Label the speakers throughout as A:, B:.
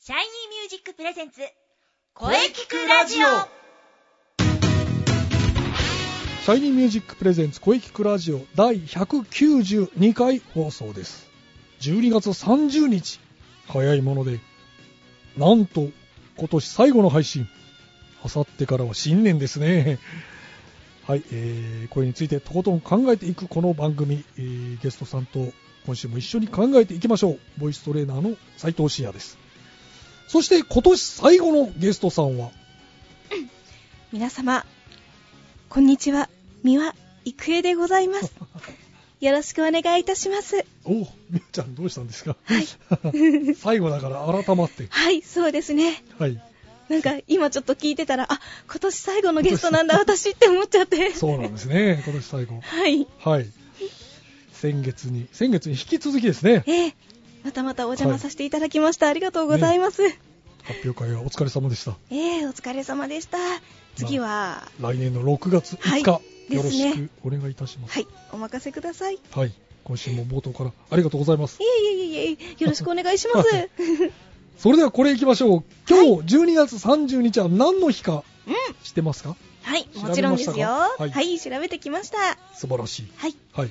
A: シャイニーミュージックプレゼンツ
B: 声聞くラジオ
C: シャイニーミュージックプレゼンツ声聞くラジオ第192回放送です。12月30日、早いもので、なんと今年最後の配信、あさってからは新年ですね。はい、えー、これについてとことん考えていくこの番組、えーゲストさんと今週も一緒に考えていきましょう。ボイストレーナーの斉藤慎也です。そして今年最後のゲストさんは、
D: 皆様こんにちは三輪郁恵でござ いますよろしくお願いいたします
C: おお、みゆちゃんどうしたんですか、 最後だから改まって。
D: はいそうですね
C: はい。
D: なんか今ちょっと聞いてたらあ今年最後のゲストなんだ私って思っちゃって
C: そうなんですね。今年最後。
D: はい
C: はい。先月に、先月に引き続きですね。
D: ええまたまたお邪魔させていただきました、ありがとうございます、
C: 発表会はお疲れ様でした。
D: ええお疲れ様でした次は
C: 来年の6月5日、
D: は
C: よろし
D: です
C: く
D: ね
C: お願いいたします。
D: はいお任せくださいい
C: はい。今週も冒頭からありがとうございます。
D: えいえいえいえよろしくお願いしま す
C: はいそれではこれ行きましょう。今日12月30日は何の日か
D: うん
C: 知ってますか
D: はいもちろんですよ
C: 調べましたかは
D: はいい、調べてきました
C: 素晴らしい。
D: はい
C: はい。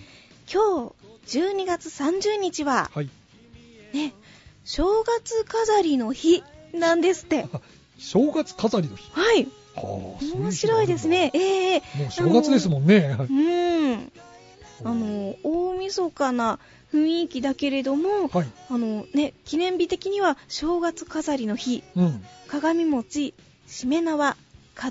D: 今日12月30日は
C: はい。
D: ね、正月飾りの日なんですって。
C: あ正月飾りの日。
D: はい、
C: はあ、そうう日
D: 面
C: があ
D: 白
C: るんだ
D: いです。ね。ええ。
C: もう正月ですもんね。はいう
D: ん、あの大晦日な雰囲気だけれども、
C: はい。
D: あのね記念日的には正月飾りの日、
C: うん。
D: 鏡餅、しめ縄、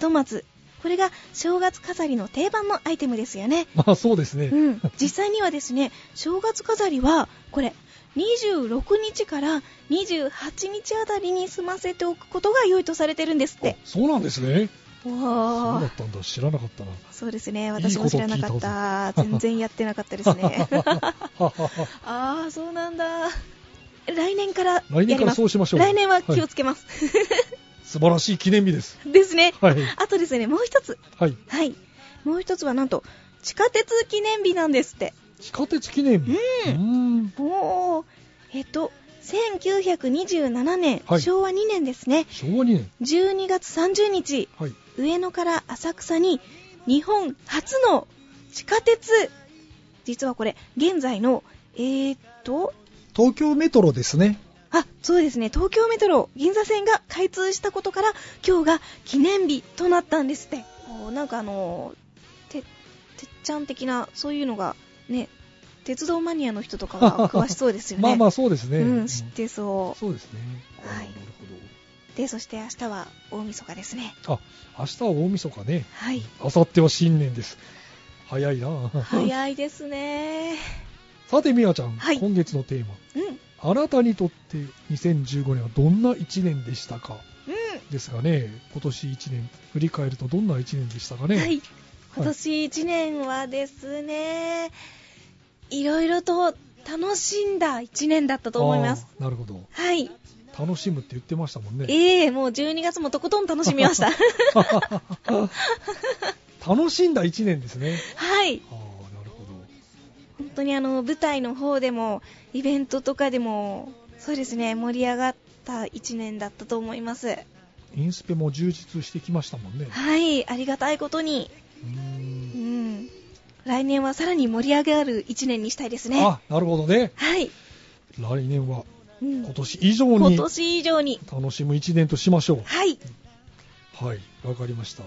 D: 門松。これが正月飾りの定番のアイテムですよね。
C: まあそうですね。
D: うん、実際にはですね正月飾りはこれ26日から28日あたりに済ませておくことが良いとされてるんですっ
C: あ
D: て
C: そうなんですね。
D: お
C: そうだ
D: ー
C: ったんだ。知らなかったな。
D: そうですね
C: いい
D: 私
C: こと
D: も知らなか
C: 聞い
D: ったた
C: ぞ
D: 全然やってなかったで すね
C: はははは
D: ああそうなんだ来年からやります
C: 来年からそうしましょう
D: 来年は気をつけます、
C: 素晴らしい記念日です。
D: ですね、
C: はい
D: あとですねもう一つ
C: はい。
D: はいもう一つはなんと地下鉄記念日なんですって
C: 地下鉄記念日。
D: う
C: ー
D: ん
C: ん
D: おーえっと1927年、
C: はい
D: 昭和2年ですね
C: 昭和2年。
D: 12月30日
C: はい。
D: 上野から浅草に日本初の地下鉄実はこれ現在のえー、っと
E: 東京メトロですね。
D: あそうですね東京メトロ銀座線が開通したことから今日が記念日となったんですっておーなんかあのーててっちゃん的なそういうのがね鉄道マニアの人とかは詳しそうですよね
C: まあまあそうですね。
D: うん、知ってそう。
C: そうですね。
D: はい
C: あなる
D: で、そして明日は大晦日ですね。
C: ほど。あ、明日は大晦日ね。
D: はい。
C: 明後日は新年です。早いな。
D: 早いですね。
C: さて、みやちゃん、
D: はい
C: 今月のテーマ。
D: うん、うん。
C: あなたにとって2015年はどんな1年でしたかですがね、今年1年、振り返るとどんな1年でしたかね。
D: はい。今年一年はですね、いろいろと楽しんだ一年だったと思います。
C: あー。なるほど。
D: はい。
C: 楽しむって言ってましたもんね。
D: ええもう12月もとことん楽しみ ました。
C: 楽しんだ1年ですね。
D: はい。
C: ああ、なるほど。
D: 本当にあの、舞台の方でも、イベントとかでも、そうですね、盛り上がった一年だったと思います。
C: インスペも充実してきましたもんね。
D: はい。ありがたいことに、
C: うー
D: うんん、来年はさらに盛り上がる1年にしたいですね。は
C: あ、なるほどね。
D: い、
C: 来年は
D: うん
C: 今年以上
D: 今
C: に
D: 年以上に。
C: 楽しむ1年としましょ
D: はい、
C: う。はい、わかりました。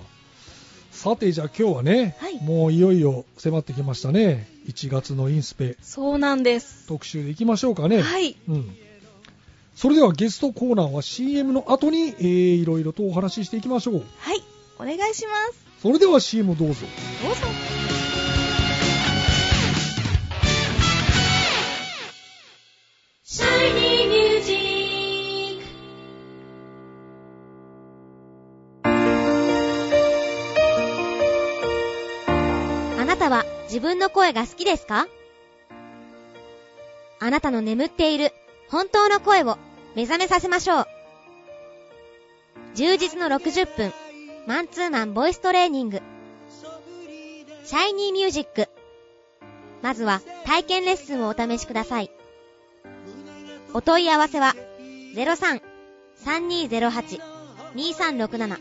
C: さて、じゃあ今日はね、
D: はい
C: もういよいよ迫ってきましたね。1月のインスペ
D: そうなんです。
C: 特集でいきましょうかね。
D: はい、
C: うん。それではゲストコーナーは CM の後に、えー、いろいろとお話ししていきましょう。
D: はい、お願いします。
C: それでは CM どうぞ。
D: どうぞ。
A: シャイニーミュージック
F: あなたは自分の声が好きですかあなたの眠っている本当の声を目覚めさせましょう。充実の60分、マンツーマンボイストレーニング。シャイニーミュージック。まずは体験レッスンをお試しください。お問い合わせは3208-2367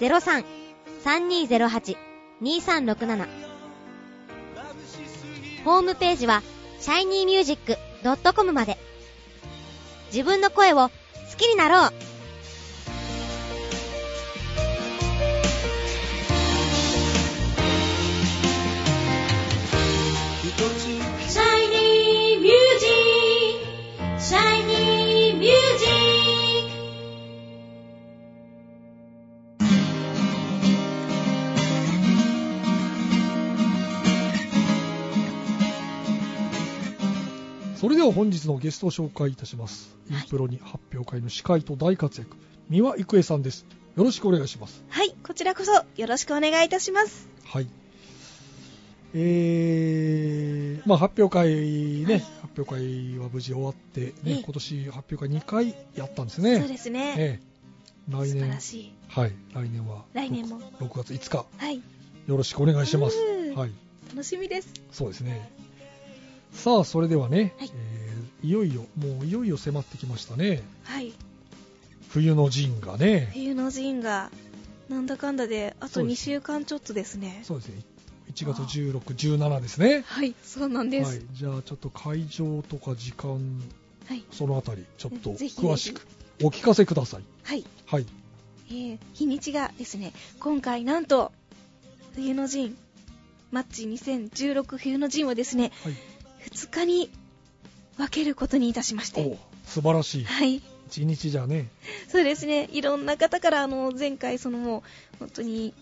F: 03-3208-2367ホームページは shinymusic.com まで自分の声を好きになろう
A: シャイニーミュージックシャイニーミュージッ
C: それでは本日のゲストを紹介いたします。インプロに発表会の司会と大活躍、三輪郁恵さんです。よろしくお願いします。
D: はい、こちらこそよろしくお願いいたします。
C: はい。えー、まあ発表会ね、発表会は無事終わって、
D: ええ
C: ね、今年発表会2回やったんです
D: そう
C: ね。
D: ですね。
C: ええ来
D: 素晴
C: 年
D: ら、しい。
C: はい、来年は
D: 来年も
C: 6 6月5日、
D: はい、
C: よろしくお願いします
D: うん。
C: はい、
D: 楽しみです。
C: そうですね。さあ、それではね、
D: はい
C: えーいよいよ、もういよいよ迫ってきましたね。
D: はい、
C: 冬の陣がね、
D: 冬の陣がなんだかんだであと
C: そうで
D: 2
C: す
D: 週間ちょっとですね。
C: そうですね。1月16、17ですね。
D: はい、そうなんで
C: はい
D: す。。
C: じゃあちょっと会場とか時間、
D: はい、
C: そのあたりちょっと
D: ぜひ
C: 詳しくお聞かせください。
D: はい、
C: はい。
D: えー日にちがですね、今回なんと冬の陣マッチ2016冬の陣をですね、
C: はい。
D: 2日に分けることにいたしまし
C: お
D: て
C: う。素晴らしい。
D: はい、
C: 一日じゃね。
D: そうですね。いろんな方からあの前回そのもう本当に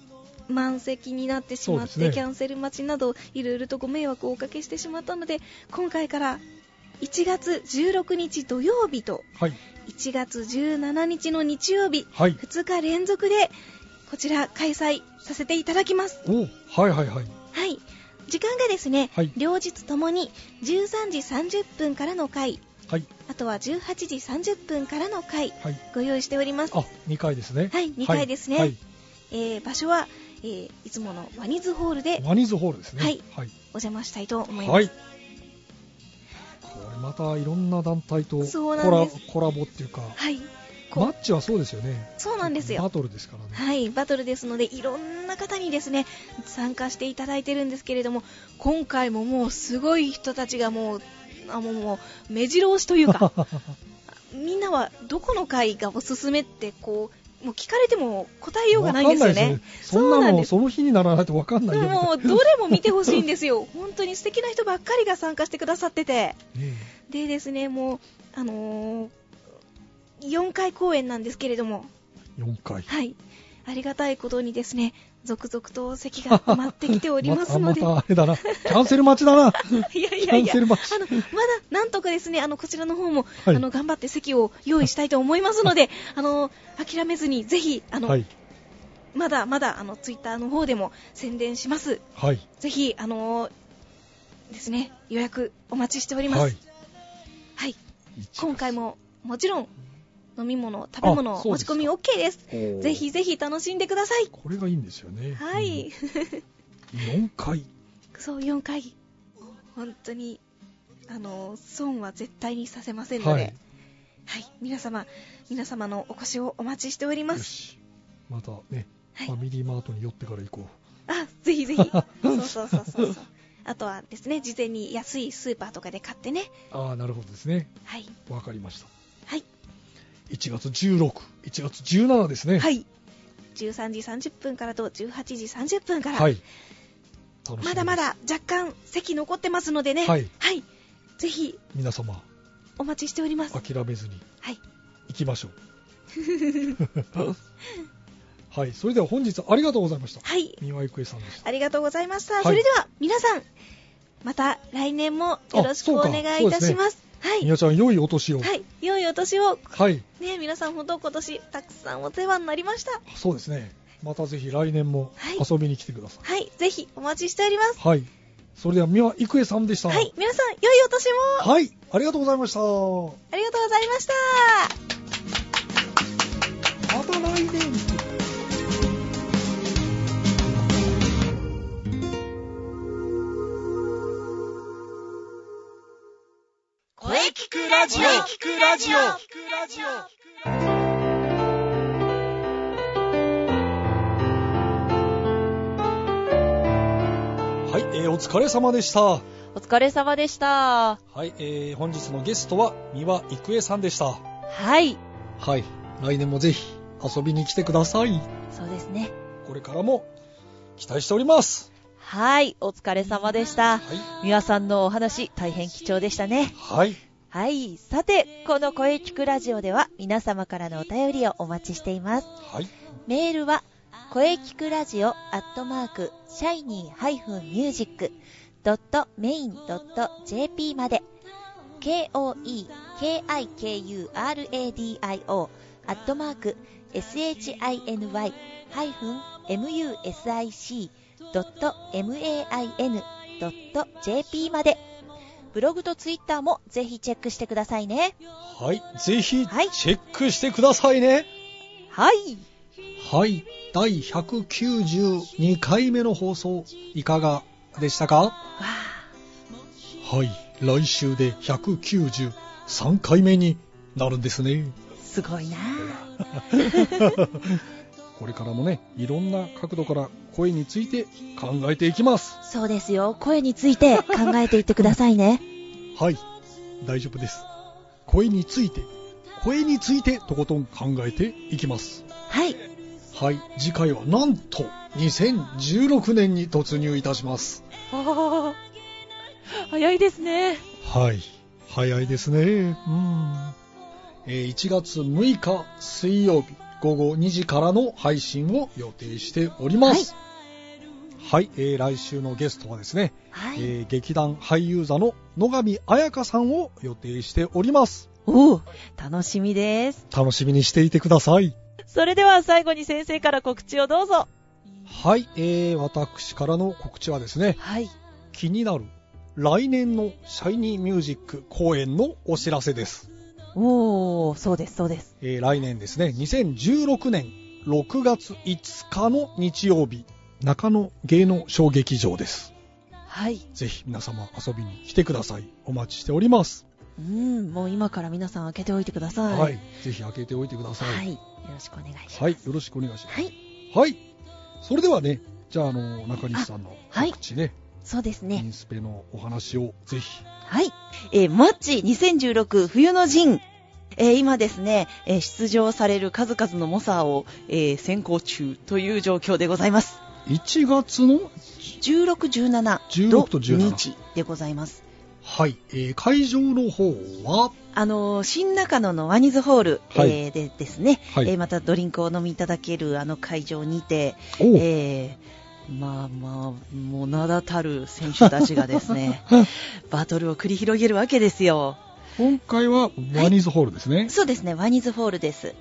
D: 満席になってしま
C: そうで
D: って、
C: すね
D: キャンセル待ちなどいろいろとご迷惑をおかけしてしまったので、今回から1月16日土曜日と
C: はい。
D: 1月17日の日曜日、
C: はい。
D: 2日連続でこちら開催させていただきます。
C: おうはいはいはい。
D: はい。時間がですね、
C: はい
D: 両日ともに13時30分からの回、
C: はい。
D: あとは18時30分からの回、
C: はい。
D: ご用意しております。
C: あ、2回ですね。
D: はい二回ですね
C: はい。
D: えー場所は、えーいつものワニズホールで
C: ワニズホールですね。
D: はい
C: はい。
D: お邪魔したいと思います。
C: はい。これまたいろんな団体と
D: そ
C: コ
D: う
C: ラ
D: なんです
C: コラボっていうか、
D: はい。こう
C: マッチはそうですよね。
D: そうなんです
C: バ
D: よ。
C: トルですからね。
D: はい、バトルですので、いろんな方にですね、参加していただいてるんですけれども、今回ももうすごい人たちがもう、あもうもう目白押しとい うか、みんなはどこの回がおすすめって、こう、もう聞かれても答えようがないんですよ
C: わか
D: ね。
C: そんな
D: そうなん
C: の
D: です
C: その日にならないとわかんないよみたいな
D: もう、どれも見てほしいんですよ。 本当に素敵な人ばっかりが参加してくださってて。
C: ね
D: でですね、もう、あのー、4回公演なんですけれども、
C: え4回
D: はい、ありがたいことにですね、続々と席が埋まってきておりますので、
C: またまたあれだなキャンセル待ちだ な
D: いやい
C: キ
D: や
C: ャン
D: いや、あ
C: セル
D: のま
C: 待ち
D: だなんとかですね、あのこちらの方も、
C: はい
D: あの頑張って席を用意したいと思います ので、あの諦めずにぜひ、あの、
C: はい
D: まだまだあのツイッターの方でも宣伝します。
C: はい
D: ぜひあのですね、予約お待ちしております。
C: はい
D: はい
C: 一
D: 今回ももちろん飲み物食べ物
C: そうで
D: 持ち
C: すか
D: 込み OK です
C: おー
D: ぜひぜひ楽しんでください
C: これがいいんですよね
D: はい、
C: 4回
D: そう4回本当にあの損は絶対にさせませんので、は
C: はいい
D: 皆様皆様のお越しをお待ちしておりま
C: よ
D: す
C: しまたね
D: はい
C: ファミリーマートに寄ってから行こ
D: あぜひ ぜひそうそうそうそうそうあとはですね事前に安いスーパーとかで買ってね
C: うああなるほどですね
D: はい
C: わかりました
D: はい
C: 1月161月17ですね
D: はい13時30分からと18時30分から、
C: はい楽しみです
D: まだまだ若干席残ってますのでね、は
C: はいい、
D: ぜひ
C: 皆様
D: お待ちしております。
C: 諦めずに
D: はい、
C: 行きましょ うはいそれでは本日ありがとうございました
D: はい、
C: 三輪郁恵さんでした
D: ありがとうございました。
C: はい
D: それでは皆さん、また来年もよろしくお
C: あそうか
D: 願いいたします。
C: 三
D: は
C: 輪ちゃん良いお年を
D: い、はい、良いお年を。
C: はい、
D: ね、皆さん本当今年たくさんお世話になりました。
C: そうですねまたぜひ来年も
D: はい
C: 遊びに来てくださ
D: はい、ぜひお待ちしております。
C: いはい、それでは三輪郁恵さんでした
D: はい、皆さん良いお年を。
C: はい、ありがとうございました
D: ありがとうございました。
C: また来年
B: 声聞くラジオ声聞くラジオラジオ
C: はい、えーお疲れ様でした。は
G: お疲れ様でした。
C: い、えー本日のゲストは三輪郁恵さんでした。
G: はい。
C: はい、来年もぜひ遊びに来てください。
G: そうですね。
C: これからも期待しております。
G: はい。お疲れ様でした。
C: はい、
G: 美輪さんのお話、大変貴重でしたね。
C: はい、
G: はい。さて、この声聞くラジオでは皆様からのお便りをお待ちしています。
C: はい、
G: メールは、声聞くラジオアットマーク、シャイニー -music.main.jp まで、k-o-e-k-i-k-u-r-a-d-i-o アットマーク、shiny-music.main.jp まで、ブログとツイッターもぜひチェックしてくださいね。
C: はい、ぜひチ
G: はい
C: ェックしてくださいね。
G: はい。
E: はい、第192回目の放送、いかがでしたか
G: わあ。
C: はい、来週で193回目になるんですね。
G: すごいなあ
C: これからもね、いろんな角度から声について考えていきます。
G: そうですよ。声について考えていってくださいね。
C: はい、大丈夫です。声について、声についてとことん考えていきます。
G: はい。
C: はい、次回はなんと2016年に突入いたします。
G: ああ、早いですね。
C: はい、早いですね。うん。えー1月6日水曜日午後2時からの配信を予定しております。はい、えー来週のゲストはですね、
G: は
C: え。ー劇団俳優座の野上彩香さんを予定しております
G: おお、楽しみです。
C: 楽しみにしていてください
G: それでは最後に先生から告知をどうぞ。
C: はい、えー、私からの告知はですね
G: はい。
C: 気になる来年のシャイニーミュージック公演のお知らせです、
G: おお、そうです、そうです。
C: えー来年ですね2016年6月5日の日曜日中野芸能小劇場です
G: はい。
C: ぜひ皆様遊びに来てくださいお待ちしております
G: うん、もう今から皆さん開けておいてください。
C: はい、ぜひ開けておいてください
G: はい。よろしくお願いします。
C: はい、よろしくお願いします。
G: はい。
C: はい。それではね、じゃあ、あの、中西さんの
G: はい
C: 告知ね、
G: そうです
C: イ
G: ね。
C: ンスペのお話をぜひ。
H: はい。えーマッチ2016冬の陣。えー今ですね、えー出場される数々の猛者を、えー選考中という状況でございます。
C: 1月の、
H: 16、17、
C: 16と17
H: 日でございます。
C: はい、えー会場の方は、
H: あのー新中野のワニズホール、
C: はい
H: えーでですね、
C: はい
H: えーまたドリンクをお飲みいただけるあの会場にて、
C: おう
H: えーまあまあ、もう名だたる選手たちがです ね、バトルを繰り広げるわけですよ。
C: 今回はワニーズホールですね。
H: そうですね、ワニズホールです。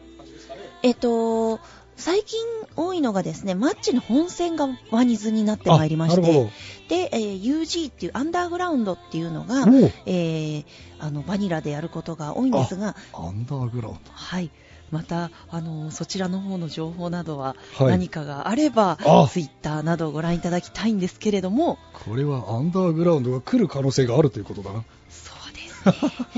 H: えっと、最近多いのがですね、マッチの本戦がワニズになってまいりまし
C: あな
H: て、
C: るほ
H: で、えー UG っていうアンダーグラウンドっていうのが、
C: ど。おう
H: えーあのバニラでやることが多いんですが、
C: アンダーグラウン
H: はい、またあのそちらの方の情報などは
C: ド。はい。
H: 何かがあれば、
C: あ
H: ツイッターなどをご覧いただきたいんですけれども、
C: これはアンダーグラウンドが来る可能性があるということだな。
H: そうで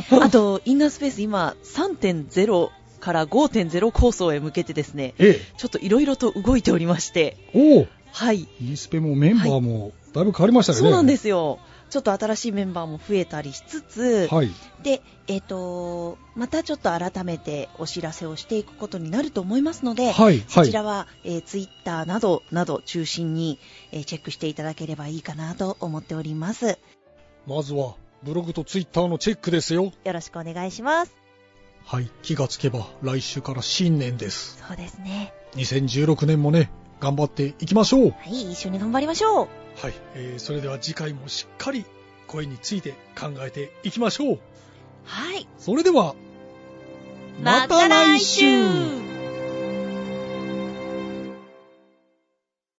H: す ね。あと、インナースペース今、3.0から5.0構想へ向けてですね、
C: え
H: ちょっといろいろと動いておりまして、
C: え。おう
H: はい、
C: インスペもメンバーもだいぶ変わりましたよね。。
H: そうなんですすよ。ちょっと新しいメンバーも増えたりしつつ、
C: はい。
H: で、えっ、と、またちょっと改めてお知らせをしていくことになると思いますので、
C: はい。
H: そ
C: は
H: ち
C: い。
H: らは、えツイッター Twitter など、など中心に、えーチェックしていただければいいかなと思っております。
C: まずは、ブログとツイッターのチェックですよ。
G: よろしくお願いします。
C: はい、気がつけば来週から新年です。
G: そうですね。
C: 2016年もね、頑張っていきましょう。
G: はい、一緒に頑張りましょう。
C: はい、えーそれでは次回もしっかり声について考えていきましょう。
H: はい。
C: それでは、
G: また来週